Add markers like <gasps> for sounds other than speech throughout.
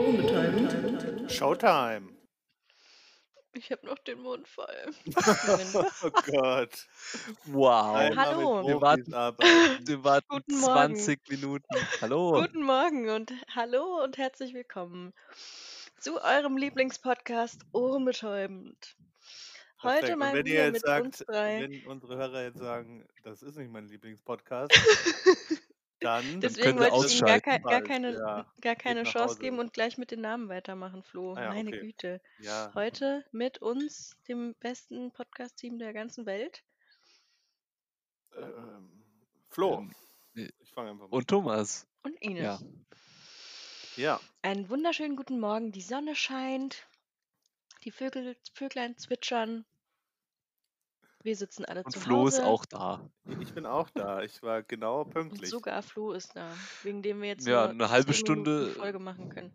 Ungeteilt. Showtime. Ich habe noch den Mund voll. <laughs> Oh Gott. Wow. Einmal Oh Hallo. mit Wir Profis warten- arbeiten. Wir warten Guten Morgen. 20 Minuten. Oh. Hallo. Guten Morgen und hallo und herzlich willkommen zu eurem Lieblingspodcast Ohrenbetäubend. Heute Perfekt. Und mal wenn ihr wieder jetzt mit sagt, uns drei. Wenn unsere Hörer jetzt sagen, das ist nicht mein <laughs> Lieblingspodcast, dann. Deswegen könnt ihr wollte ich Ihnen gar, ausschalten kei- gar bald, keine, ja. gar keine nach Chance Hause. geben und gleich mit den Namen weitermachen, Flo. Ah ja, Meine okay. Güte. Ja. Heute mit uns, dem besten Podcast-Team der ganzen Welt. Ähm, Flo. Ähm, äh, Ich fange einfach mal an. Und Thomas. Und Ines. Ja. Ja. Einen wunderschönen guten Morgen. Die Sonne scheint. Die Vögel, Vöglein zwitschern. Wir sitzen alle Und zu Flo Hause. ist auch da. Ich bin auch da. Ich war genau Und pünktlich. sogar Flo ist da, wegen dem wir jetzt Ja, nur eine halbe 10 Minuten Stunde- äh Folge machen können.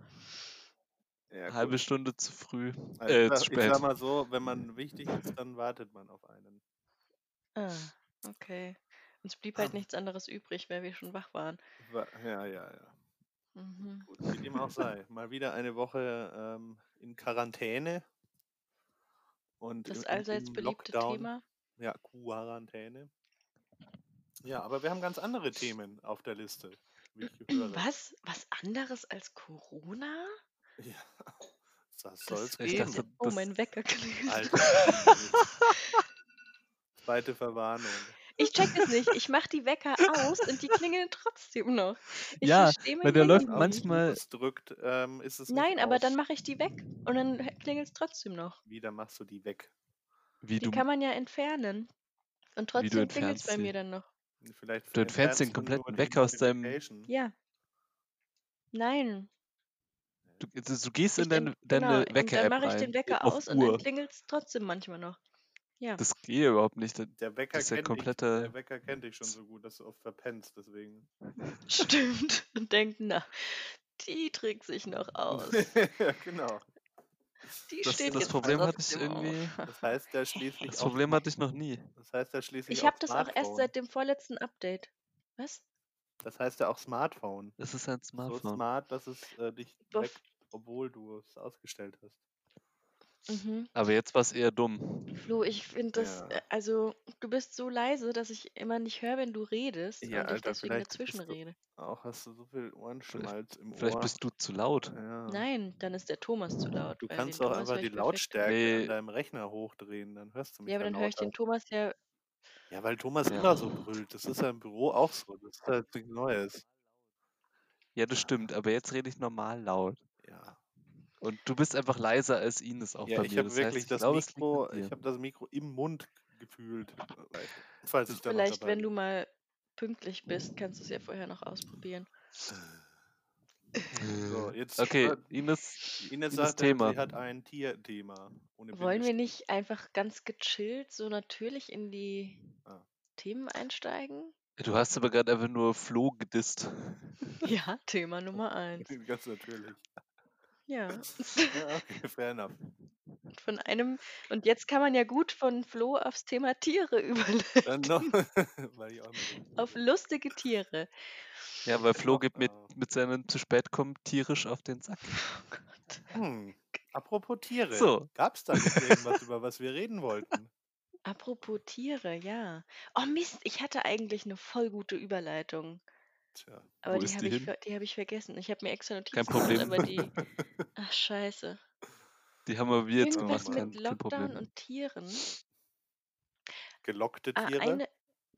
Ja, Halbe gut. Stunde zu früh. Also Äh, ich, sag, zu ich spät. sag mal so, wenn man wichtig ist, dann wartet man auf einen. Ah, okay. Uns blieb halt nichts anderes übrig, weil wir schon wach waren. Wa- Ja, ja, ja. Mhm. Gut, wie dem auch sei. Mal wieder eine Woche ähm, in Quarantäne. Und im- Das im- allseits im beliebte Lockdown. Thema. Ja, Quarantäne. Ja, aber wir haben ganz andere Themen auf der Liste. Wie ich höre. Was? Was anderes als Corona? Ja. Das Das soll's Ich geben. dachte, oh, das- mein Wecker klingelt. <laughs> Alter. Zweite Verwarnung. Ich check das nicht. Ich mache die Wecker aus und die klingeln trotzdem noch. Ich Ja, verstehe mein weil der Wecker läuft nicht. Aber manchmal- Wenn es drückt, ähm, ist es. Nein, nicht aber aus. dann mache ich die weg und dann klingelt es trotzdem noch. Wieder machst du die weg. Wie Die du, kann man ja entfernen. Und trotzdem klingelt es entfernst bei sie? mir dann noch. Vielleicht Du entfernst den entfernst nur kompletten die Wecker aus deinem- Notification. Ja. Nein. du, also du gehst ich in deine, ent- ne deine genau, Und Wecker-App dann mache rein. ich den Wecker auf aus und Uhr. dann klingelt es trotzdem manchmal noch. <laughs> Ja. Das geht ja überhaupt nicht. Das- Der Wecker, Das ist ja kennt dich, kompletter- der Wecker kennt dich schon so gut, dass du oft verpennst, deswegen. Stimmt. Und denkt, na, die trägt sich noch aus. <laughs> ja, genau. Die Oh, Das, steht das jetzt Problem hatte ich trotzdem auf. <laughs> irgendwie. Das heißt, der schließlich Das Problem hatte ich noch nie. Das heißt ja schließlich Ich habe auch das auch erst Smartphone. seit dem vorletzten Update. Was? Das heißt ja auch Smartphone. Das ist ein So Smartphone. smart, dass es äh, dich Buff. weckt, obwohl du es ausgestellt hast. Mhm. Aber jetzt war es eher dumm. Flo, ich finde das, Ja. äh, also du bist so leise, dass ich immer nicht höre, wenn du redest Ja, und ich Alter, deswegen vielleicht bist dazwischen du- rede. Auch hast du so viel Ohrenschmalz im Vielleicht Ohr. bist du zu laut. ja. Nein, dann ist der Thomas zu laut. Du weil kannst den auch Thomas einfach höre die ich perfekt. Lautstärke Nee. an deinem Rechner hochdrehen, dann hörst du mich Ja, aber ja dann höre ich den lauter. Thomas ja. Ja, weil Thomas Ja. immer so brüllt. Das ist ja im Büro auch so. Das ist halt nichts Neues. Ja, das stimmt. Aber jetzt rede ich normal laut. Ja, Und du bist einfach leiser als ihn ist auch ja bei ich mir. habe Das wirklich heißt, ich das glaube, es liegt Mikro, an dir. ich habe das Mikro im Mund gefühlt. Vielleicht, falls ich da noch Vielleicht, dabei wenn bin. du mal pünktlich bist, kannst du es ja vorher noch ausprobieren. <laughs> So, jetzt Okay, äh, Ines, Ines Ines sagt, Thema. sie hat ein Tierthema. Ohne Wollen <laughs> wir Bindestrich. nicht einfach ganz gechillt, so natürlich in die Ah. Themen <laughs> einsteigen? du hast aber gerade einfach nur Flo gedisst. Ja, Thema Nummer eins. Ganz <laughs> natürlich. <laughs> Ja. Ja, okay, fair enough. Und von einem, und jetzt kann man ja gut von Flo aufs Thema Tiere <laughs> überleiten. Dann noch, <laughs> weil ich auch immer Auf lustige Tiere. Ja, weil Flo gibt mit, Ah. mit seinen zu spät kommen tierisch auf den Sack. Oh so- Hm, apropos Tiere. So. Gab es da nicht irgendwas, über was wir reden wollten? Apropos Tiere, ja. Oh Mist, ich hatte eigentlich eine voll gute Überleitung. Tja, Aber Wo die ist habe die ich, hin? ver- die hab ich vergessen. Ich habe mir extra Notizen Kein gemacht, Problem. aber <laughs> die. Ach, scheiße. Die haben wir jetzt Irgendwas gemacht. Kein, mit kein Lockdown Problem. und Tieren. <laughs> gelockte Ah, Tiere? eine.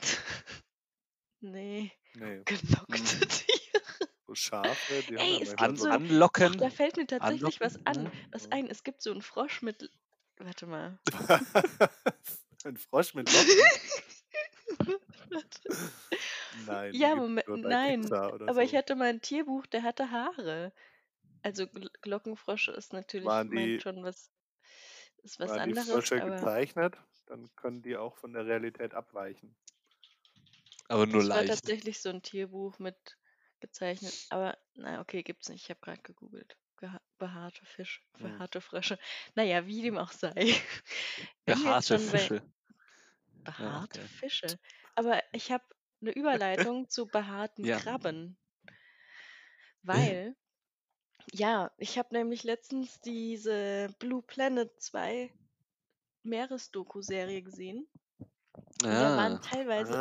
<laughs> nee, Nee, Hm. gelockte <laughs> Tiere. so Schafe, die Ey, haben es ja gibt An, manchmal so- anlocken. Da fällt mir tatsächlich was an. Anlocken, Was ne? ja. ein, es gibt so einen Frosch mit. <laughs> Warte mal. Ein Frosch mit Locken? Warte. Nein. die Ja, gibt's Moment, nur bei nein, Pixar oder Aber ich so. hatte mal ein Tierbuch, der hatte Haare. Also Gl- Glockenfrosche ist natürlich Waren meint die- schon was, ist was Waren die anderes, Frösche aber gezeichnet, dann können die auch von der Realität abweichen. Aber nur es war leicht. tatsächlich so ein Tierbuch mit gezeichnet. Aber na, okay, gibt's nicht. Ich habe gerade gegoogelt. Geha behaarte Fische, Hm. behaarte Frösche. Naja, wie dem auch sei. <laughs> Wenn wir jetzt Behaarte schon bei- Fische. Behaarte okay. Fische. Aber ich ne habe eine Äh. Überleitung zu behaarten Ja. Krabben. Weil Ja, ich habe nämlich letztens diese Blue Planet 2 Meeresdoku-Serie gesehen. Und Da Ah. waren teilweise,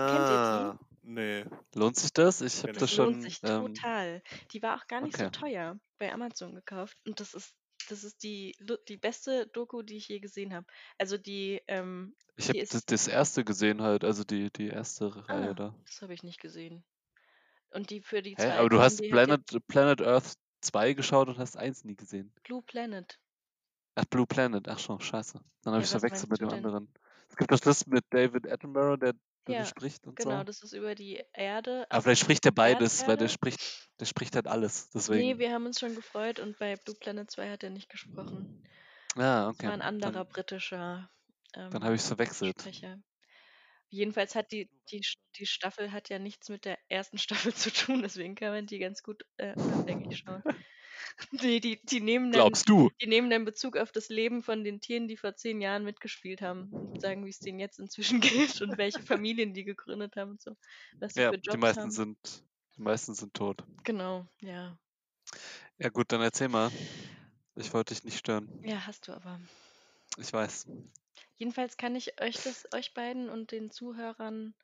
kennt Nee. Lohnt sich das? Ich habe Kenn das ihr die? Lohnt schon. sich ähm, total. Die war auch gar nicht so okay. teuer bei Amazon gekauft. Und das ist, das ist die, lu- die beste Doku, die ich je gesehen habe. Also die, ähm, ich die habe ist- das, das erste gesehen halt, also die, die erste Ah. Reihe da. das habe ich nicht gesehen. Und die für die Hä? zweite Aber du haben hast die halt Planet, Planet Earth 2 geschaut und hast 1 nie gesehen. den Blue Planet. Ach, Blue Planet. Ach schon, scheiße. Dann habe Ja, ich was verwechselt meinst mit du dem denn? anderen. Es gibt doch das mit David Attenborough, der darüber Ja, spricht und Genau, so. das ist über die Erde. Also Aber auf vielleicht spricht er beides, weil der Erdkerne. spricht, der spricht halt alles. Nee, Deswegen. wir haben uns schon gefreut und bei Blue Planet 2 hat er nicht gesprochen. ah, Das war okay. ein anderer Dann, britischer ähm, dann habe ich es verwechselt. Sprecher. Jedenfalls hat die, die, Sch- die Staffel hat ja nichts mit der ersten <laughs> Staffel zu tun, deswegen kann man die ganz gut äh, unabhängig schauen. <laughs> Die, die, die, nehmen dann, Glaubst du? die nehmen dann Bezug auf das Leben von den Tieren, die vor zehn Jahren mitgespielt haben und sagen, wie es denen jetzt inzwischen <laughs> geht und welche Familien die gegründet haben und so. Was sie Ja, für die Jobs meisten haben. sind, die meisten sind tot. Genau, ja. Ja gut, dann erzähl mal. Ich wollte dich nicht stören. Ja, hast du aber. Ich weiß. Jedenfalls kann ich euch das, euch beiden und den Zuhörern,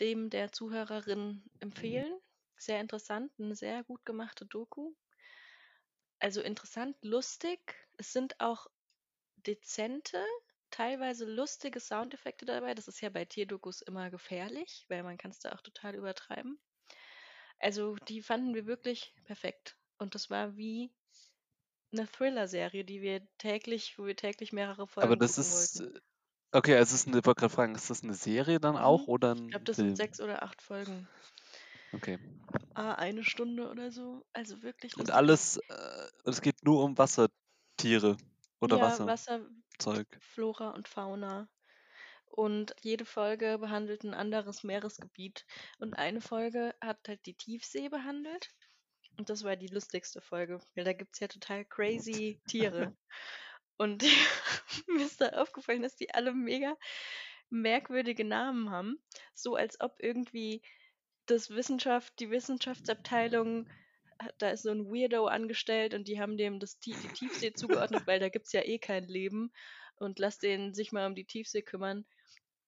dem der Mhm. Zuhörerin empfehlen. Sehr interessant, eine sehr gut gemachte Doku. Also interessant, lustig. Es sind auch dezente, teilweise lustige Soundeffekte dabei. Das ist ja bei Tierdokus immer gefährlich, weil man kann es da auch total übertreiben. Also die fanden wir wirklich perfekt. Und das war wie eine Thriller-Serie, die wir täglich, wo wir täglich mehrere Folgen Aber das gucken ist. wollten. äh, Okay, also es ist eine, ich wollte gerade fragen, ist das eine Serie dann auch Mhm. oder Ich ein glaube, das Hm, sind Film? sechs oder acht Folgen. Okay. Ah, eine Stunde oder so. Also wirklich Und lustig. alles, äh, es geht nur um Wassertiere oder ja, Wasserzeug. Wasser, <laughs> Flora und Fauna. Und jede Folge behandelt ein anderes Meeresgebiet. Und eine Folge hat halt die Tiefsee behandelt. Und das war die lustigste Folge, weil da gibt es ja total crazy Tiere. <laughs> Und <laughs> mir ist da aufgefallen, dass die alle mega merkwürdige Namen haben. So als ob irgendwie das Wissenschaft, die Wissenschaftsabteilung, hat- da ist so ein Weirdo angestellt und die haben dem das, Tie- die Tiefsee zugeordnet, weil da gibt es ja eh kein Leben. Und lass den sich mal um die Tiefsee kümmern.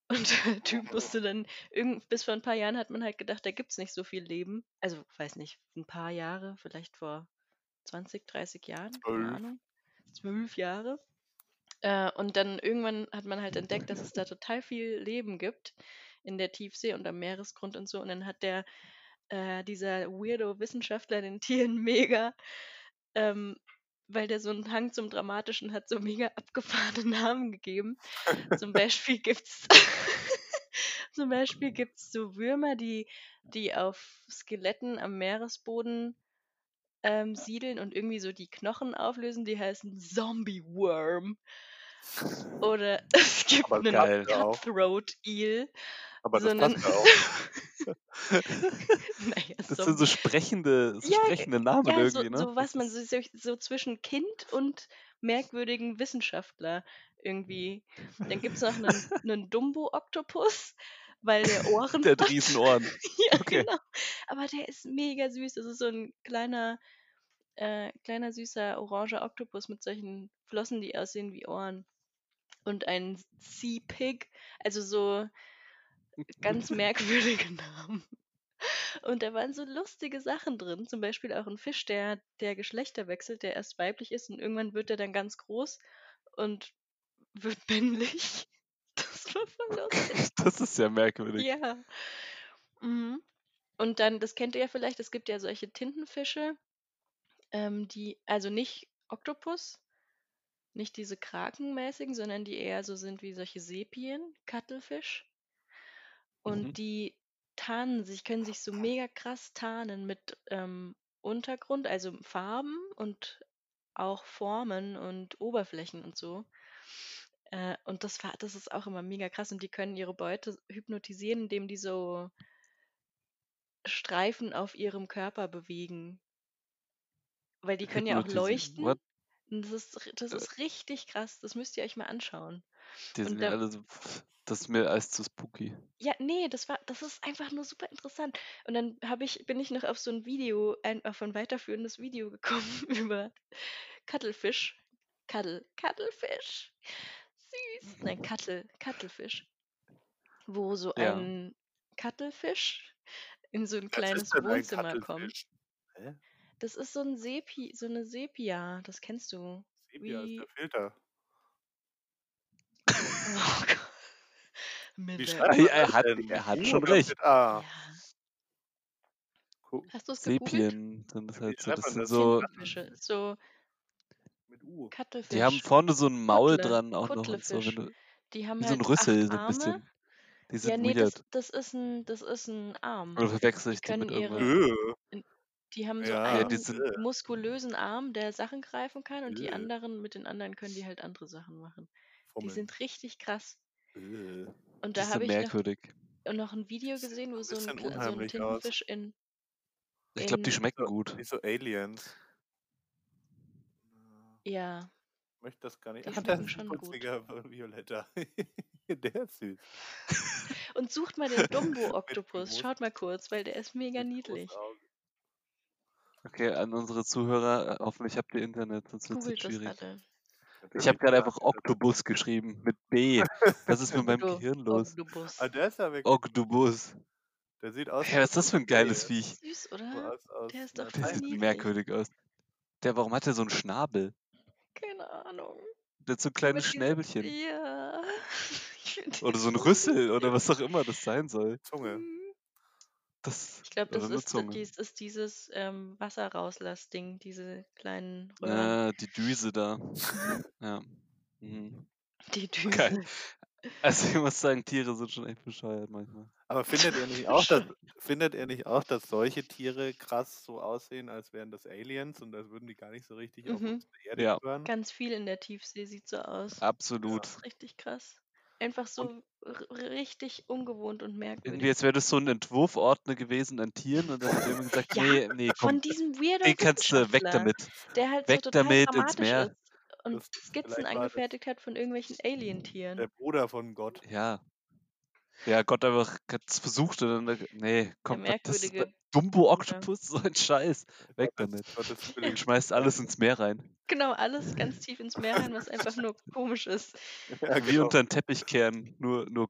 Und der Typ musste dann, irgend, bis vor ein paar Jahren hat man halt gedacht, da gibt es nicht so viel Leben. Also, weiß nicht, ein paar Jahre, vielleicht vor 20, 30 Jahren, keine Zwölf. Ahnung. Zwölf Jahre. Äh, und dann irgendwann hat man halt entdeckt, dass es da total viel Leben gibt in der Tiefsee und am Meeresgrund und so. Und dann hat der, äh, dieser weirdo Wissenschaftler den Tieren <laughs> mega, ähm, weil der so einen Hang zum Dramatischen hat, so mega abgefahrene Namen gegeben. Zum Beispiel gibt's <laughs> zum Beispiel gibt's so Würmer, die, die auf Skeletten am Meeresboden ähm, siedeln und irgendwie so die Knochen auflösen, die heißen Zombie Worm. Oder <laughs> es gibt Aber einen geil. Ja auch. Cutthroat Eel. <laughs> Aber das Sondern- passt ja <laughs> auch. Naja, Das sind so sprechende, so Ja, sprechende Namen Ja, so, irgendwie, ne? so was Das man so, so so zwischen Kind und merkwürdigen Wissenschaftler irgendwie. Dann gibt es noch einen, einen Dumbo-Oktopus, weil der Ohren. <laughs> <laughs> Der hat hat. Riesenohren. ja, Okay. genau. Aber der ist mega süß. Das ist so ein kleiner, äh, kleiner süßer oranger Oktopus mit solchen Flossen, die aussehen wie Ohren. Und ein Sea Pig, also so <laughs> ganz merkwürdige Namen. Und da waren so lustige Sachen drin. Zum Beispiel auch ein Fisch, der, der Geschlechter wechselt, der erst weiblich ist und irgendwann wird er dann ganz groß und wird <laughs> männlich. Das war voll lustig. Das ist ja merkwürdig. Ja. Mhm. Und dann, das kennt ihr ja vielleicht, es gibt ja solche Tintenfische, ähm, die, also nicht Oktopus, nicht diese krakenmäßigen, sondern die eher so sind wie solche Sepien, Kattelfisch. Und Mhm. die tarnen sich, können sich so mega krass tarnen mit ähm, Untergrund, also Farben und auch Formen und Oberflächen und so. Äh, und das war, das ist auch immer mega krass. Und die können ihre Beute hypnotisieren, indem die so Streifen auf ihrem Körper bewegen. Weil die können ja auch Äh, leuchten. Hypnotisieren. What? Äh. Und Das ist, das ist richtig krass. Das müsst ihr euch mal anschauen. Die Und sind da- ja alle so, pff, das ist mir alles zu spooky. Ja, nee, das war, das ist einfach nur super interessant. Und dann habe ich, bin ich noch auf so ein Video, ein auf ein weiterführendes Video gekommen <laughs> über Cuttlefish. Cuttle, Cuttlefish. Süß. Nein, Cuttle, Cuttlefish. Wo so Ja. ein Cuttlefish in so ein Was kleines ist denn ein Wohnzimmer kommt. Cuttlefish? Hä? Das ist so ein Sepi, so eine Sepia, das kennst du. Sepia ist Wie- der Filter. Oh Gott. Mit Wie der- schreibt Ei, man er das hat- denn? er hat Mit U schon oder recht. Mit A. Ja. Guck, Hast du es gegoogelt? Sepien sind das Wie halt so. schreibt Das man sind das? so. Cuttlefish, So mit U. Cuttlefish. Die haben vorne so ein Maul Kuttle- dran auch noch. Und so, Kuttlefisch. wenn du, Die haben wie so halt ein Rüssel, acht so ein Arme. bisschen. Die sind Ja, nee, das, weird. das, ist ein, das ist ein Arm. Oder verwechsel ich die können mit ihre- irgendwas? Ö. Die haben so Ja. Ja, einen die sind- muskulösen Arm, der Sachen greifen kann und die Äh. Oh anderen, mit den anderen können die halt andere Sachen machen. Die Fummeln. sind richtig krass. Ö. Und da Das ist ja habe ich noch, merkwürdig. noch ein Video sehen gesehen, wo ein so ein, bisschen kle- so ein unheimlich aus. Tintenfisch in. Ich glaube, die in- schmecken Ja. gut. Wie so Aliens. Ja, Ich möchte das gar nicht. Die Ah, das schmecken ist schon ein gut. putziger Violetta. <laughs> der ist süß. Und sucht <laughs> mal den Mit Dumbo-Oktopus. großen- Schaut mal kurz, weil der ist mega Mit niedlich. großen Augen. Okay, an unsere Zuhörer, äh, hoffentlich habt ihr Internet, sonst wird es Googelt das halt schwierig. alle. Ich habe gerade einfach Oktopus geschrieben mit <laughs> B. Was ist mit meinem Okto- Gehirn los? Oktopus. Ah, der ist ja wirklich. Oktopus. Der sieht aus. Hey, was ist das für ein geiles Nee, Viech? Süß, so oder? aus- aus Der ist einer doch Der voll Zeit- sieht niedlich. merkwürdig aus. Der, warum hat er so einen Schnabel? Keine Ahnung. Der hat so ein Mit kleines diesem- Schnäbelchen. Ja. <laughs> Ich find Oder die <laughs> so ein so Rüssel oder niedlich. was auch immer das sein soll. Zunge. Mhm. Das, Ich glaube, das oder eine ist, Zunge. dies, ist dieses ähm, Wasserrauslassding, diese kleinen Röhren. Ah, die Düse da. ja. <laughs> Mhm. <laughs> Die Düsen. geil. Also ich muss sagen, Tiere sind schon echt bescheuert manchmal. Aber findet ihr nicht auch, dass, findet ihr nicht auch, dass solche Tiere krass so aussehen, als wären das Aliens und als würden die gar nicht so richtig auf Mhm. unsere Erde Ja. hören? <laughs> Ganz viel in der Tiefsee sieht so aus. Ah. Absolut. Das ist richtig krass. Einfach so r- richtig ungewohnt und Irgendwie, merkwürdig. als wäre das so ein Entwurf ordne gewesen an Tieren und dann hat jemand gesagt, Ja, nee, nee, Von komm, diesem weirdo den kannst du weg Wissenschaftler, damit. der halt weg so total damit ins dramatisch Meer. ist und Das- Skizzen vielleicht war das- angefertigt hat von irgendwelchen Alien-Tieren. Der Bruder von Gott. Ja. Ja, Gott einfach hat's versucht und dann, nee, Der komm, das- das ist merkwürdige. Dumbo-Oktopus, so ein Scheiß. Weg Gottes- <laughs> damit. Gottes Und Zwilling. schmeißt alles ins Meer rein. <laughs> Genau, alles <laughs> ganz tief ins Meer rein, was einfach nur komisch ist. Ja, Wie genau. unter den Teppichkern, nur, nur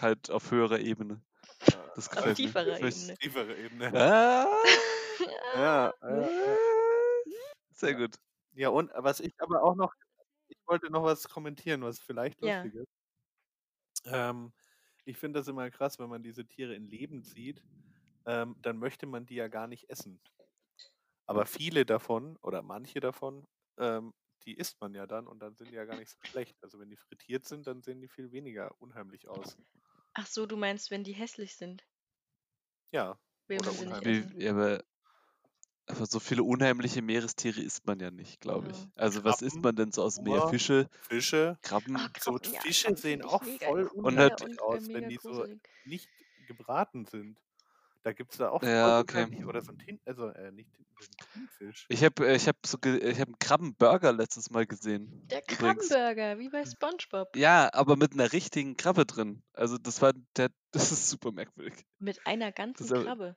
halt auf höherer Ebene. Ja, Das Auf gefällt mir. tieferer Das möchte Ebene. ich- Tiefere Ebene. Ah, Ja, ja, ja. sehr gut. ja, und was ich aber auch noch, ich wollte noch was kommentieren, was vielleicht Ja. lustig ist. Ähm, ich finde das immer krass, wenn man diese Tiere in Leben sieht, ähm, dann möchte man die ja gar nicht essen. Aber viele davon oder manche davon, ähm, die isst man ja dann und dann sind die ja gar nicht so schlecht. Also wenn die frittiert sind, dann sehen die viel weniger unheimlich aus. Ach so, du meinst, wenn die hässlich sind, Ja, will Oder man sie nicht unheimlich. essen. Wie, ja, aber, aber so viele unheimliche Meerestiere isst man ja nicht, glaube ich. Ja. Also was isst Krabben, man denn so aus dem Meer? Hummer, Fische, Fische, Krabben. Ah, Hm, so Krabben, ja, Fische Krabben sehen find ich auch mega voll cool, Und halt- unheimlich und, äh, aus, wenn mega die so gruselig. nicht gebraten sind. Da gibt es da auch voll Ja, okay. unheimlich- oder so ein Tin, also äh, nicht Tin- so ein Tintenfisch. Ich habe ich hab so ge- ich hab einen Krabbenburger letztes Mal gesehen. Der übrigens. Krabbenburger, wie bei Hm. SpongeBob. Ja, aber mit einer richtigen Krabbe drin. Also das war der, <laughs> das ist super merkwürdig. Mit einer ganzen ist aber- Krabbe.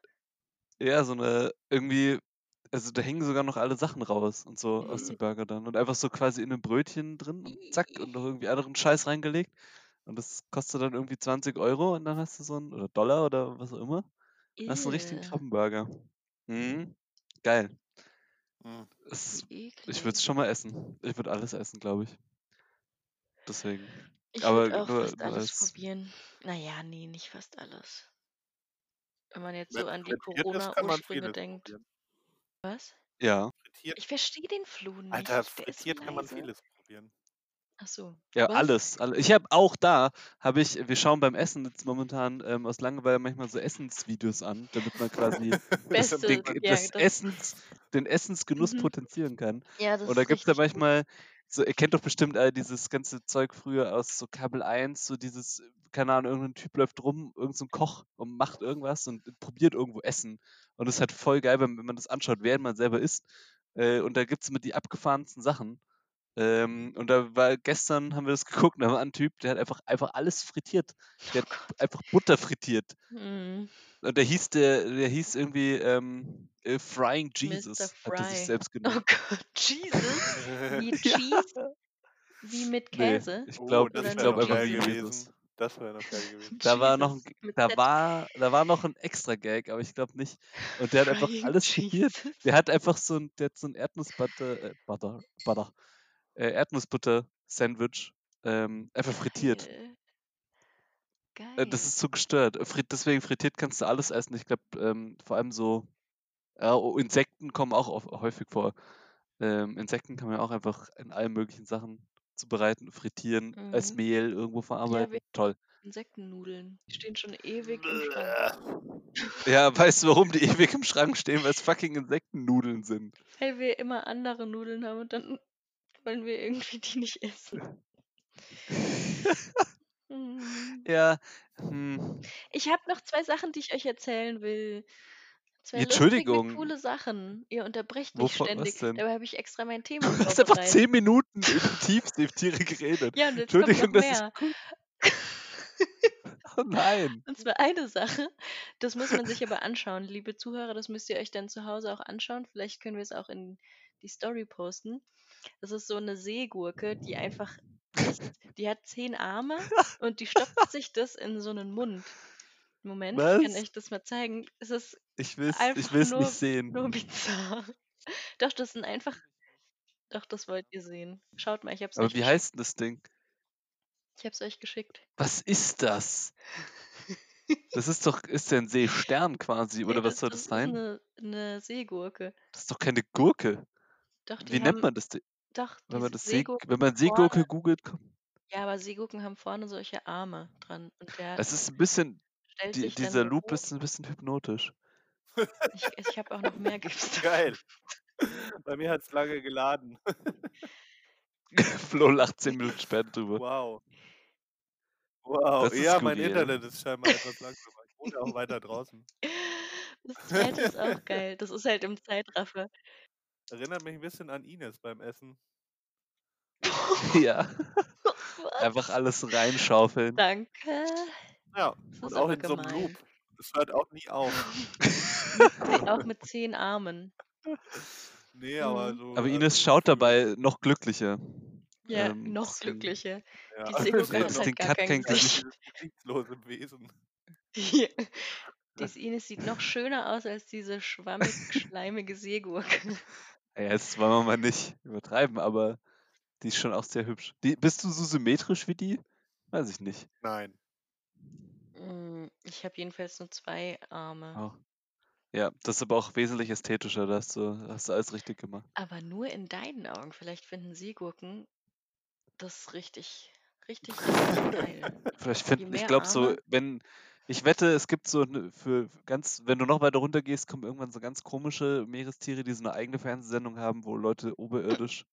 Ja, so eine irgendwie, also da hängen sogar noch alle Sachen raus und so aus dem Mhm. Burger dann und einfach so quasi in einem Brötchen drin und zack und noch irgendwie anderen Scheiß reingelegt und das kostet dann irgendwie 20 Euro und dann hast du so einen oder Dollar oder was auch immer. Dann hast du einen richtigen Ew, Krabbenburger. Mhm. Geil. Mm. Es ist wie Ich würde es eklig. schon mal essen. Ich würde alles essen, glaube ich. Deswegen. Ich aber würde auch nur- fast nur alles als- probieren. Naja, nee, nicht fast alles. Wenn man jetzt Wenn so an die frittiert ist, kann man Corona-Ursprünge vieles denkt. probieren. Was? Ja. Frittiert, Ich verstehe den Flo nicht. Alter, der ist so frittiert kann man leise. vieles probieren. <laughs> Ach so. Ja, Was? alles. alle- Ich habe auch da, habe ich, wir schauen beim Essen jetzt momentan ähm, aus Langeweile manchmal so Essensvideos an, damit man quasi das, Beste, den, ja, das das- Essens, den Essensgenuss Mhm. potenzieren kann. Ja, das Oder ist gibt es da richtig gut. manchmal, so, ihr kennt doch bestimmt all dieses ganze Zeug früher aus so Kabel 1, so dieses, keine Ahnung, irgendein Typ läuft rum, irgendein so ein Koch und macht irgendwas und probiert irgendwo Essen. Und es ist halt voll geil, wenn, wenn man das anschaut, während man selber isst. Äh, und da gibt es immer die abgefahrensten Sachen. Ähm, und da war gestern haben wir das <laughs> geguckt, und da war ein Typ, der hat einfach, einfach alles frittiert. Der Oh hat einfach Butter frittiert. Mhm. Und der hieß der, der hieß irgendwie ähm, äh, Frying Jesus, hat er Fry. sich selbst <laughs> Oh <laughs> genannt. Gott, <laughs> Jesus. Wie Cheese? Wie mit <laughs> Nee, Käse? ich Oh, glaube das ich wär glaub noch einfach geil wie gewesen. Jesus. <laughs> Das wäre noch geil gewesen. Da war, noch Jesus. ein, Mit da, Z. war, da war noch ein extra Gag, aber ich glaube nicht. Und der hat einfach Frying alles frittiert. Jesus. Der hat einfach so ein, der hat so ein Erdnussbutter, äh, Butter, Butter, äh, Erdnussbutter-Sandwich ähm, einfach frittiert. Geil. Äh, Das Geil. ist so gestört. Äh, Frit deswegen frittiert kannst du alles essen. Ich glaube, ähm, vor allem so ja, oh, Insekten kommen auch auf, häufig vor. Ähm, Insekten kann man ja auch einfach in allen möglichen Sachen zubereiten, frittieren, als Mhm. Mehl irgendwo verarbeiten. wir- Toll. Insektennudeln. Die stehen schon ewig im Schrank. <laughs> Ja, weißt du, warum die <laughs> ewig im Schrank stehen? Weil es fucking Insektennudeln sind. Weil wir immer andere Nudeln haben und dann wollen wir irgendwie die nicht essen. <laughs> Mhm. ja. Hm. Ich habe noch zwei Sachen, die ich euch erzählen will. Zwei Entschuldigung. lustige, coole Sachen. Ihr unterbrecht mich Wovon- was ständig. denn? Dabei habe ich extra mein <laughs> Thema Du hast einfach vorbereitet. 10 Minuten über Tiefseetiere geredet. Ja, und jetzt kommt noch Entschuldigung, das ist mehr. cool. Oh nein. Und zwar eine Sache, das muss man sich aber anschauen, liebe Zuhörer, das müsst ihr euch dann zu Hause auch anschauen. Vielleicht können wir es auch in die Story posten. Das ist so eine Seegurke, die einfach echt, die hat zehn Arme <laughs> und die stopft sich das in so einen Mund. Moment, ich kann Was? euch das mal zeigen. Es ist Ich will's, ich Einfach will's nur- nicht sehen. nur <laughs> bizarr. Doch, das sind einfach. Doch, das wollt ihr sehen. Schaut mal, ich hab's, Aber euch, wie geschickt. heißt denn das Ding? ich hab's euch geschickt. Was <laughs> ist das? Das ist doch, ist ja ein Seestern quasi, oder Nee, was soll das, sein? Das ist eine, eine Seegurke. Das ist doch keine Gurke. Doch, die Wie haben, nennt man das denn? Doch, Wenn diese man, das See, Seegurken wenn man haben vorne- Seegurke googelt, kommt. Ja, aber Seegurken haben vorne solche Arme dran. Und der Es ist ein bisschen, stellt die, sich dann dieser so Loop hoch. ist ein bisschen <laughs> hypnotisch. <laughs> Ich, ich habe auch noch mehr <laughs> Gifts. Geil. Bei mir hat es lange geladen. Flo lacht 10 Minuten später drüber. Wow. Wow. Das ist ja, mein skurril. Internet ist scheinbar etwas langsamer. Ich wohne auch <laughs> weiter draußen. <laughs> Das zweite ist auch geil. Das ist halt im Zeitraffer. <laughs> Erinnert mich ein bisschen an Ines beim Essen. <laughs> ja, What? einfach alles reinschaufeln. Danke. Ja. Das Und ist auch aber in so einem gemein. Loop. Das hört auch nie auf. <laughs> Zeh- Auch mit zehn Armen. Nee, aber Mhm. so. Aber Ines also schaut für- dabei noch glücklicher. Ja, Ähm, noch deswegen- glücklicher. Ja, <laughs> Die also Seegurke das ist Nee, hat das doch Ding halt gar hat kein kein dieses <laughs> Gesicht. <laughs> Gesicht. gesichtslose Wesen. Hier. Das Ines sieht noch schöner aus als diese schwammig <laughs> schleimige Seegurke. <laughs> Ja, jetzt wollen wir mal nicht übertreiben, aber die ist schon auch sehr hübsch. Die, bist du so symmetrisch wie die? Weiß ich nicht. Nein. Mm, Ich habe jedenfalls nur zwei Arme. Auch. Ja, das ist aber auch wesentlich ästhetischer, da hast du, hast du alles richtig gemacht. Aber nur in deinen Augen. Vielleicht finden Seegurken das richtig, richtig, richtig geil. Vielleicht finden, ich mehr glaube so, Arme- wenn, ich wette, es gibt so ne- für ganz, wenn du noch weiter runter gehst, kommen irgendwann so ganz komische Meerestiere, die so eine eigene Fernsehsendung haben, wo Leute oberirdisch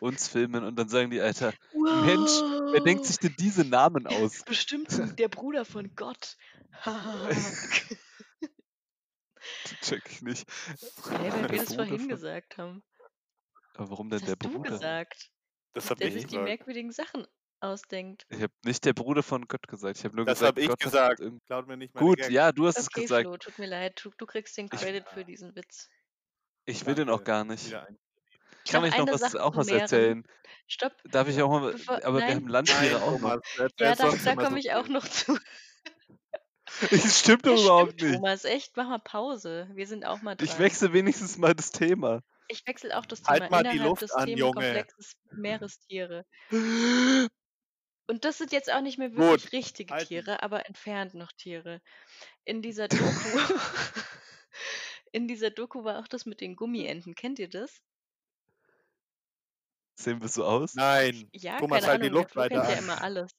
uns filmen und dann sagen die, Alter, <laughs> Mensch, wer Oh. denkt sich denn diese Namen aus? <laughs> Bestimmt der Bruder von <laughs> Gott. hey, Check ich nicht. <laughs> weil wir Der das Bruder vorhin von- gesagt haben. Aber warum denn Das der hast du Bruder? gesagt, Das dass habe der ich sich die gesagt. merkwürdigen Sachen ausdenkt. Ich habe nicht der Bruder von Gott gesagt. Ich habe nur Das gesagt, habe ich Gott hat gesagt. irgend- Klaut mir nicht meine Gut, Gags. ja, du hast es Okay, gesagt. Flo, tut mir leid. Du, du kriegst den Ich- Credit für diesen Witz. Ich will den auch Danke. gar nicht. Wieder ein. Ich kann Noch euch noch eine was, Sache auch zu was Meeren. erzählen. Äh, Stopp. Darf ich auch mal. Bevor- aber wir nein. haben Landtiere Nein, oh auch noch. Thomas, du erzählst Ja, da, sonst da immer komme so ich auch viel. noch zu. <laughs> oh <laughs> Das stimmt Ja, doch überhaupt stimmt, nicht. Thomas, echt, mach mal Pause. Wir sind auch mal dran. Ich wechsle wenigstens mal das Thema. Ich wechsle auch das Thema Halt mal die innerhalb Luft des an, Junge. Themenkomplexes <gasps> Meerestiere. Und das sind jetzt auch nicht mehr Gut, wirklich richtige halten. Tiere, aber entfernt noch Tiere. In <laughs> dieser Doku, <laughs> in dieser Doku war auch das mit den Gummienten. Kennt ihr das? Sehen wir so aus? Nein. Ja, Thomas, keine halt die Ahnung, Luft der Flo kennt weiter ja an. immer alles.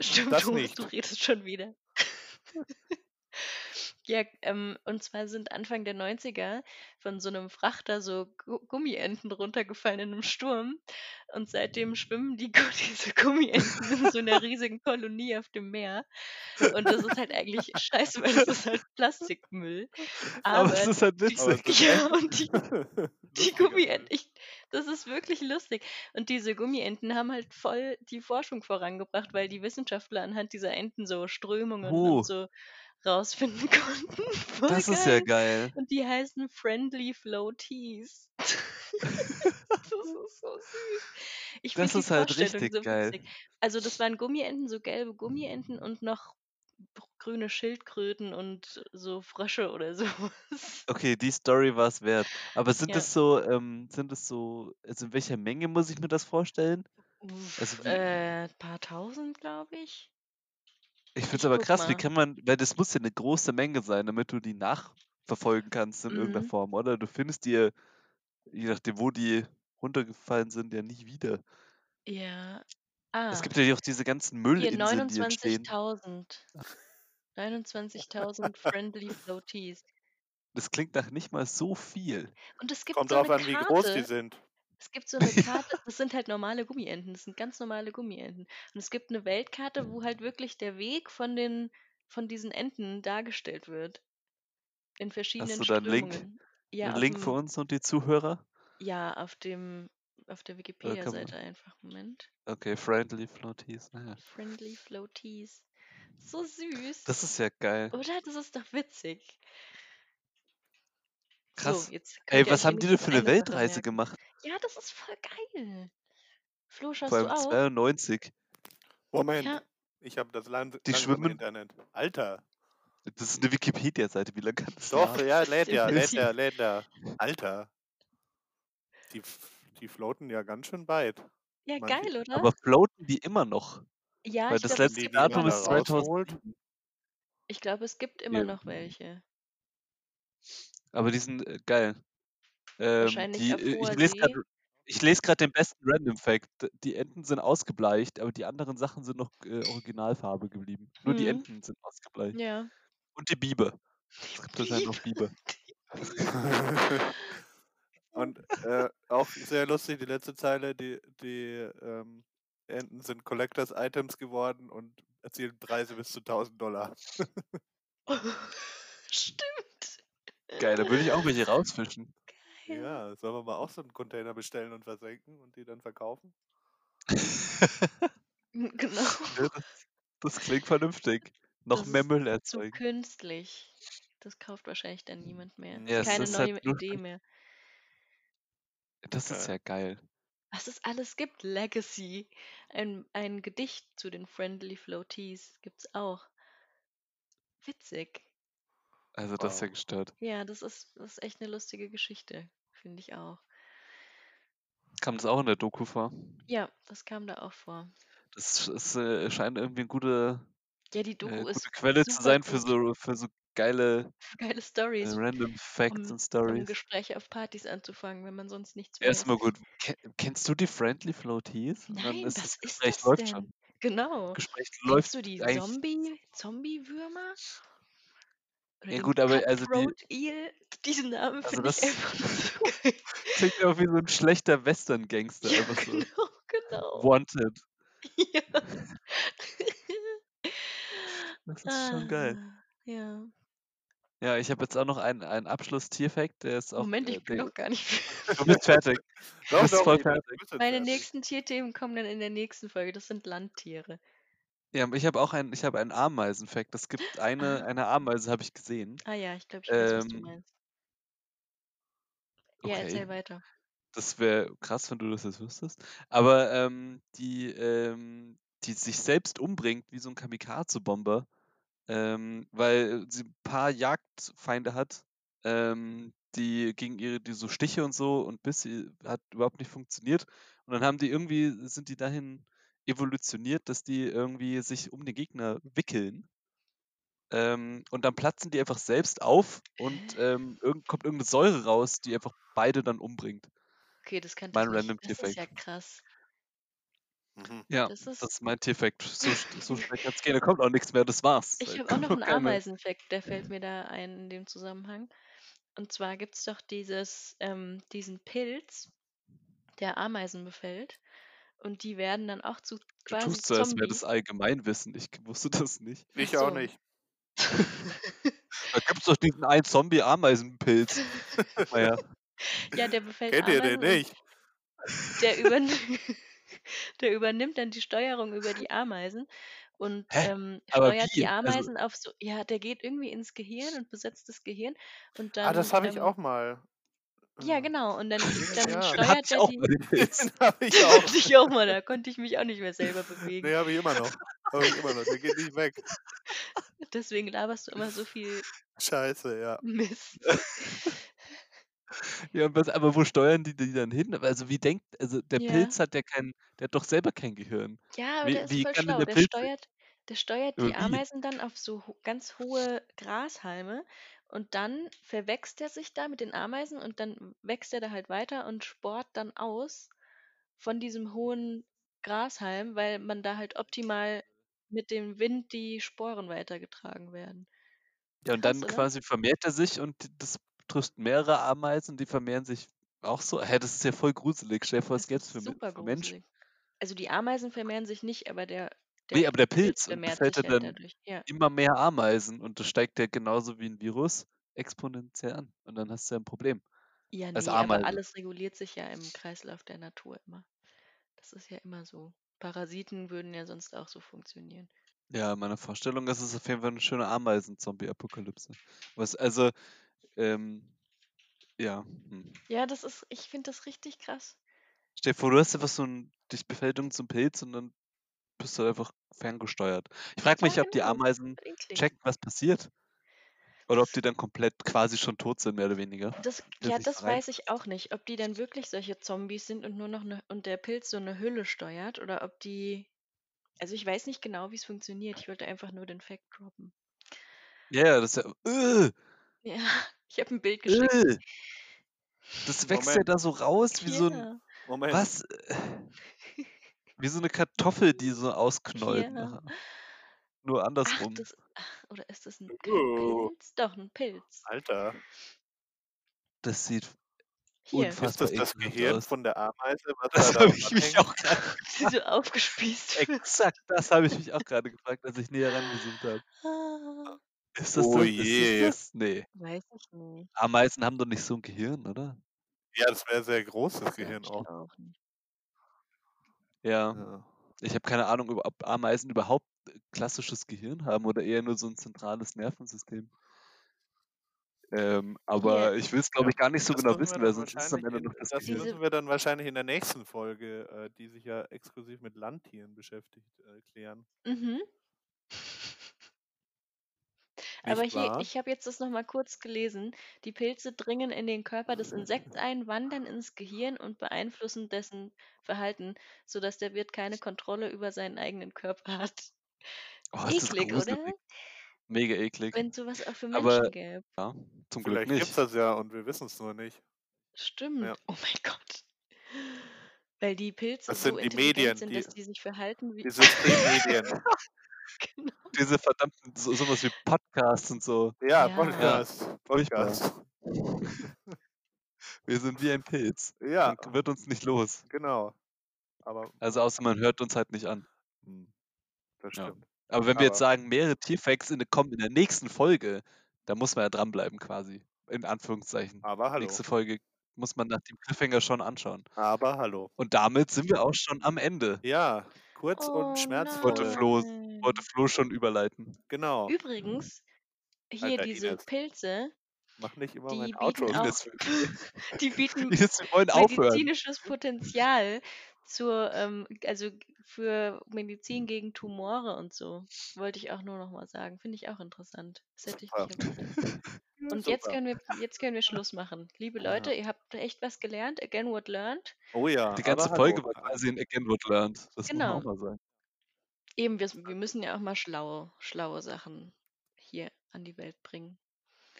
Stimmt, Das Thomas, nicht. du redest schon wieder. Ja, ähm, und zwar sind Anfang der 90er von so einem Frachter so Gu- Gummienten runtergefallen in einem Sturm. Und seitdem schwimmen die, Gu- <laughs> diese Gummienten in so einer riesigen Kolonie auf dem Meer. Und das ist halt eigentlich scheiße, weil das ist halt Plastikmüll. Aber, Aber, es ist halt Aber es witzig. ist <laughs> ja, und die, die Lustiger <laughs> Gummienten, Müll. ich, das ist wirklich lustig. Und diese Gummienten haben halt voll die Forschung vorangebracht, weil die Wissenschaftler anhand dieser Enten so Strömungen Oh. und so rausfinden <laughs> konnten. Voll Das geil. ist ja geil. Und die heißen Friendly <laughs> Floaties. das ist so süß. Ich finde Das die ist halt Vorstellung richtig so geil. witzig. Also das waren Gummienten, so gelbe Gummienten und noch grüne Schildkröten und so Frösche oder <laughs> sowas. Okay, die Story war es wert. Aber sind Ja. es so, ähm, sind es so, also in welcher Menge muss ich mir das vorstellen? Also Uff, wie, äh, ein paar tausend, glaube ich. ich finde es Ich aber guck krass, wie mal. kann man, weil das muss ja eine große Menge sein, damit du die nachverfolgen kannst in irgendeiner Mhm. Form, oder? Du findest die, ja, je nachdem, wo die runtergefallen sind, ja nie wieder. Ja. Ah, Es gibt ja auch diese ganzen hier Müllinseln, die entstehen. 29.000. 29.000 Friendly Floaties. Das klingt nach nicht mal so viel. Und es gibt Kommt so drauf eine an, wie groß die Karte. sind. Es gibt so <laughs> eine Karte, das sind halt normale Gummienten, das sind ganz normale Gummienten. Und es gibt eine Weltkarte, wo halt wirklich der Weg von den von diesen Enten dargestellt wird in Hast verschiedenen du da einen Link? Strömungen. Einen Ja, also auf Link für dem uns und die Zuhörer? ja, auf dem auf der Oder kann man, Wikipedia-Seite einfach. Moment. okay, Friendly Floaties, naja. Friendly Floaties. So süß. Das ist ja geil. Oder? Das ist doch witzig. So, Krass. jetzt könnt Ey, ihr was euch haben die denn wenigstens für eine eine Sache Weltreise merken. gemacht? Ja, das ist voll geil. Flo, Vor schaust du allem auch? 92. Moment, Ja. ich habe das lang Die langsame schwimmen. Internet. Alter, Das ist eine Wikipedia-Seite. Wie lange kann das doch, ne? dauern? ja, lädt ja, lädt <laughs> Definitiv. ja, lädt ja. Alter, die, f- die floaten ja ganz schön weit. Ja, Manche, geil, oder? Aber floaten die immer noch? Ja, Weil ich das glaube, wenn es letzte die gibt die immer man Datum da ist noch. rausholt, 2007. Ich glaube, es gibt immer Ja. noch welche. Aber die sind äh, geil. Ähm, Wahrscheinlich die, auf äh, ich hoher lese See. gerade ich lese gerade den besten Random Fact. Die Enten sind ausgebleicht, aber die anderen Sachen sind noch äh, Originalfarbe geblieben. Nur die Hm. Enten sind ausgebleicht. Ja. <laughs> Und die Biber. Die Es gibt anscheinend noch Biber. Biber. Die Biber. <laughs> Und äh, auch sehr lustig, die letzte Zeile, die, die ähm, Enten sind Collectors Items geworden und erzielen Preise bis zu 1000 Dollar. Stimmt. Geil, da würde ich auch welche rausfischen. Geil. Ja, sollen wir mal auch so einen Container bestellen und versenken und die dann verkaufen? <laughs> Genau. Ja, das, das klingt vernünftig. Noch Das mehr ist Müll zu erzeugen. künstlich. Das kauft wahrscheinlich dann niemand mehr. Das Ja, ist es keine ist halt neue nur. Idee mehr. Das ist Äh, ja geil. Was es alles gibt. Legacy. Ein, ein Gedicht zu den Friendly Floaties gibt's auch. Witzig. Also das ist ja wow. gestört. Ja, das ist, das ist echt eine lustige Geschichte, finde ich auch. Kam das auch in der Doku vor? Ja, das kam da auch vor. Das sch- ist, äh, scheint irgendwie eine gute, Ja, die äh, Doku gute ist Quelle zu super sein für gut. so, für so geile <laughs> Geile äh, Stories, Random Facts um, und um Stories. Gespräche auf Partys anzufangen, wenn man sonst nichts weiß. Erstmal gut. Ke- Kennst du die Friendly Floaties? Und dann Nein, ist das was ist Gespräch das läuft denn? schon. Genau. Gespräch läuft Kennst du die eigentlich. Zombie, Zombie-Würmer? Oder Ja den gut, aber also die, Cutthroat Eel? Diesen Namen also finde ich das einfach nur <laughs> so geil. klingt einfach wie so ein schlechter Western-Gangster, Ja, einfach <laughs> so. genau, genau. Wanted. Ja. <laughs> Das ist schon geil. Ah, ja. Ja, ich habe jetzt auch noch einen, einen Abschluss-Tier-Fact, der ist auch, Moment, äh, ich bin der, noch <laughs> gar nicht du bist fertig. Du <laughs> doch, bist doch, voll ich bin fertig. bisschen Meine fertig. nächsten Tierthemen kommen dann in der nächsten Folge. Das sind Landtiere. Ja, aber ich habe auch einen, ich habe einen Ameisen-Fact. Es gibt eine, Ah, eine Ameise, habe ich gesehen. ah ja, ich glaube, ich weiß, was du Ähm, meinst. Ja, okay, erzähl weiter. das wäre krass, wenn du das jetzt wüsstest. Aber ähm, die, ähm, die sich selbst umbringt wie so ein Kamikaze-Bomber, ähm, weil sie ein paar Jagdfeinde hat, ähm, die gegen ihre die so Stiche und so und Bisse hat überhaupt nicht funktioniert. Und dann haben die irgendwie, sind die dahin evolutioniert, dass die irgendwie sich um den Gegner wickeln. Ähm, und dann platzen die einfach selbst auf und Äh, ähm, irgend, kommt irgendeine Säure raus, die einfach beide dann umbringt. Okay, das kannte Mein ich nicht. random Das ist Tier-Fact. ja krass. Mhm. Ja, Das ist. das ist mein Tierfact. So, <laughs> sch- so schnell kann es gehen, da kommt auch nichts mehr, das war's. Ich Da habe auch noch einen kommt <laughs> keine- Ameisenfakt, der fällt mir da ein in dem Zusammenhang. Und zwar gibt es doch dieses, ähm, diesen Pilz, der Ameisen befällt. Und die werden dann auch zu Du quasi tust so, als wäre Zombies. das <laughs> Allgemeinwissen. Ich wusste <laughs> das nicht. Ich Ach auch so. nicht. Da gibt's doch diesen einen <laughs> Zombie-Ameisenpilz. Guck mal her. <laughs> ja, der befällt Kennt ihr den Ameisen und nicht? <laughs> der, übern <laughs> der übernimmt dann die Steuerung über die Ameisen und Hä? ähm, Aber steuert wie? die Also- Ameisen auf so, ja, der geht irgendwie ins Gehirn und besetzt das Gehirn und dann, ah, das habe ich ähm, auch mal. ja hm. äh, genau, und dann, dann ja. Den steuert hatte ich er auch die, mal den <laughs> <laughs> Pilz. Den habe ich den auch. hatte ich auch mal, da konnte ich mich auch nicht mehr selber bewegen. Nee, habe ich immer noch. Habe ich immer noch. Der geht nicht weg. Deswegen laberst du immer so viel Scheiße, ja. <laughs> Mist. Ja, und was, aber wo steuern die die dann hin? Also wie denkt, also der Ja. Pilz hat ja kein, der hat doch selber kein Gehirn. Ja, aber Wie- der ist wie voll kann denn schlau. der Der Pilz- steuert, der steuert Aber die wie? Ameisen dann auf so ho ganz hohe Grashalme und dann verwächst er sich da mit den Ameisen und dann wächst er da halt weiter und sport dann aus von diesem hohen Grashalm, weil man da halt optimal mit dem Wind die Sporen weitergetragen werden. Ja, und Krass, dann oder? quasi vermehrt er sich und die- das trifft mehrere Ameisen und die vermehren sich auch so. Hä, das ist ja voll gruselig. Stell dir vor, Das es gäbe ist für, Me- super für Menschen. gruselig. Also die Ameisen vermehren sich nicht, aber der, der Nee, aber der Pilz und vermehrt befällt sich er halt dann dadurch. Ja. immer mehr Ameisen und das steigt ja genauso wie ein Virus exponentiell an. Und dann hast du ja ein Problem. Ja, Als nee, aber Ameise. alles reguliert sich ja im Kreislauf der Natur immer. Das ist ja immer so. Parasiten würden ja sonst auch so funktionieren. Ja, in meiner Vorstellung ist es auf jeden Fall eine schöne Ameisen-Zombie-Apokalypse. Was, also, ähm, ja. Hm. Ja, das ist, ich finde das richtig krass. Stell dir vor, du hast einfach so ein, dich befällt irgend so ein Pilz und dann bist du einfach ferngesteuert. Ich frage mich, Ja, ob die genau. Ameisen Voll eklig. checken, was passiert. Oder ob die dann komplett quasi schon tot sind, mehr oder weniger. Das, der ja, sich das da rein- weiß ich auch nicht, ob die dann wirklich solche Zombies sind und nur noch ne, und der Pilz so eine Hülle steuert oder ob die. Also ich weiß nicht genau, wie es funktioniert. Ich wollte einfach nur den Fact droppen. Ja, ja, das ist ja. Äh, Ja, <laughs> ich habe ein Bild geschickt. äh, das wächst ja Moment. da so raus wie so ein. Ja, Moment. Was? äh, Wie so eine Kartoffel, <laughs> die so ausknollt. Ja. nachher. Nur ach, andersrum. das, ach, oder ist das ein kein Oh, Pilz? Doch, ein Pilz. Alter. Das sieht Hier, <laughs> Ist unfassbar das das ekelhaft Gehirn aus. von der Ameise? Was Das da habe ich mich auch gerade. die so aufgespießt wird. Exakt das habe ich mich auch gerade gefragt, als ich näher rangezoomt habe. Ah. Ist das Oh das? Ist je. das das? Nee. Weiß ich nicht. Ameisen haben doch nicht so ein Gehirn, oder? Ja, das wäre sehr <laughs> großes Gehirn Ich auch. auch nicht. Ja. Ja. Ich habe keine Ahnung, über- ob Ameisen überhaupt äh, klassisches Gehirn haben oder eher nur so ein zentrales Nervensystem. Ähm, aber ich will es, glaube Ja. ich, gar nicht so Das genau müssen wir dann wissen, weil sonst ist es am wahrscheinlich Ende in, noch das das Gehirn. Diese- müssen wir dann wahrscheinlich in der nächsten Folge, äh, die sich ja exklusiv mit Landtieren beschäftigt, äh, klären. Mhm. Aber Nicht hier, wahr? ich habe jetzt das nochmal kurz gelesen. Die Pilze dringen in den Körper des Insekts ein, wandern ins Gehirn und beeinflussen dessen Verhalten, sodass der Wirt keine Kontrolle über seinen eigenen Körper hat. Oh, ist das Eklig, gruselig. oder? Mega eklig. Wenn sowas auch für Aber- Menschen gäbe. Ja, zum Glück Vielleicht gibt es nicht. das ja und wir wissen es nur nicht. Stimmt. <laughs> Ja. Oh mein Gott. Weil die Pilze Das so sind die intelligent Medien, sind, die- dass die sich verhalten wie. Die <laughs> Systemmedien. Genau. <laughs> Diese verdammten, so, sowas wie Podcasts und so. Ja, Ja. Podcast. Furchtbar. Podcast. Wir sind wie ein Pilz. Ja, Man wird uns nicht los. genau. Aber Also außer man hört uns halt nicht an. hm, das Ja. stimmt. Aber wenn wir jetzt Aber- sagen, mehrere Tierfacts in, kommen in der nächsten Folge, da muss man ja dranbleiben quasi. In Anführungszeichen. Aber hallo. Nächste Folge muss man nach dem Cliffhanger schon anschauen. Aber hallo. Und damit sind wir auch schon am Ende. Ja, kurz Oh und Wollte schmerzvoll. Flo- Floß. nein. Wollte Flo schon überleiten. Genau. Übrigens, hier Alter, diese Ines. pilze Mach nicht immer Die mein bieten Outro. auch <laughs> Ines, <laughs> <laughs> die bieten Ines, wir wollen aufhören. medizinisches Potenzial zur, ähm, also g- für Medizin Mhm. gegen Tumore und so. Wollte ich auch nur noch mal sagen. Finde ich auch interessant. Das hätte ich nicht <laughs> erwartet. Und jetzt können, wir, jetzt können wir Schluss machen. Liebe Ja. Leute, ihr habt echt was gelernt. Again what learned. Oh ja. Die ganze aber Folge hallo. war quasi in Again What Learned. Das Genau. muss man auch mal sagen. Eben, wir, wir müssen ja auch mal schlaue, schlaue Sachen hier an die Welt bringen.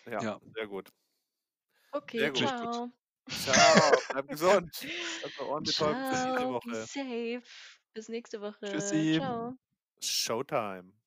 Ja, Ja. sehr gut. Okay, Sehr gut. ciao. Ciao. <laughs> Bleib gesund. Also ordentlich Ciao, diese be Woche. safe. Bis nächste Woche. Tschüssi. Ciao. Showtime.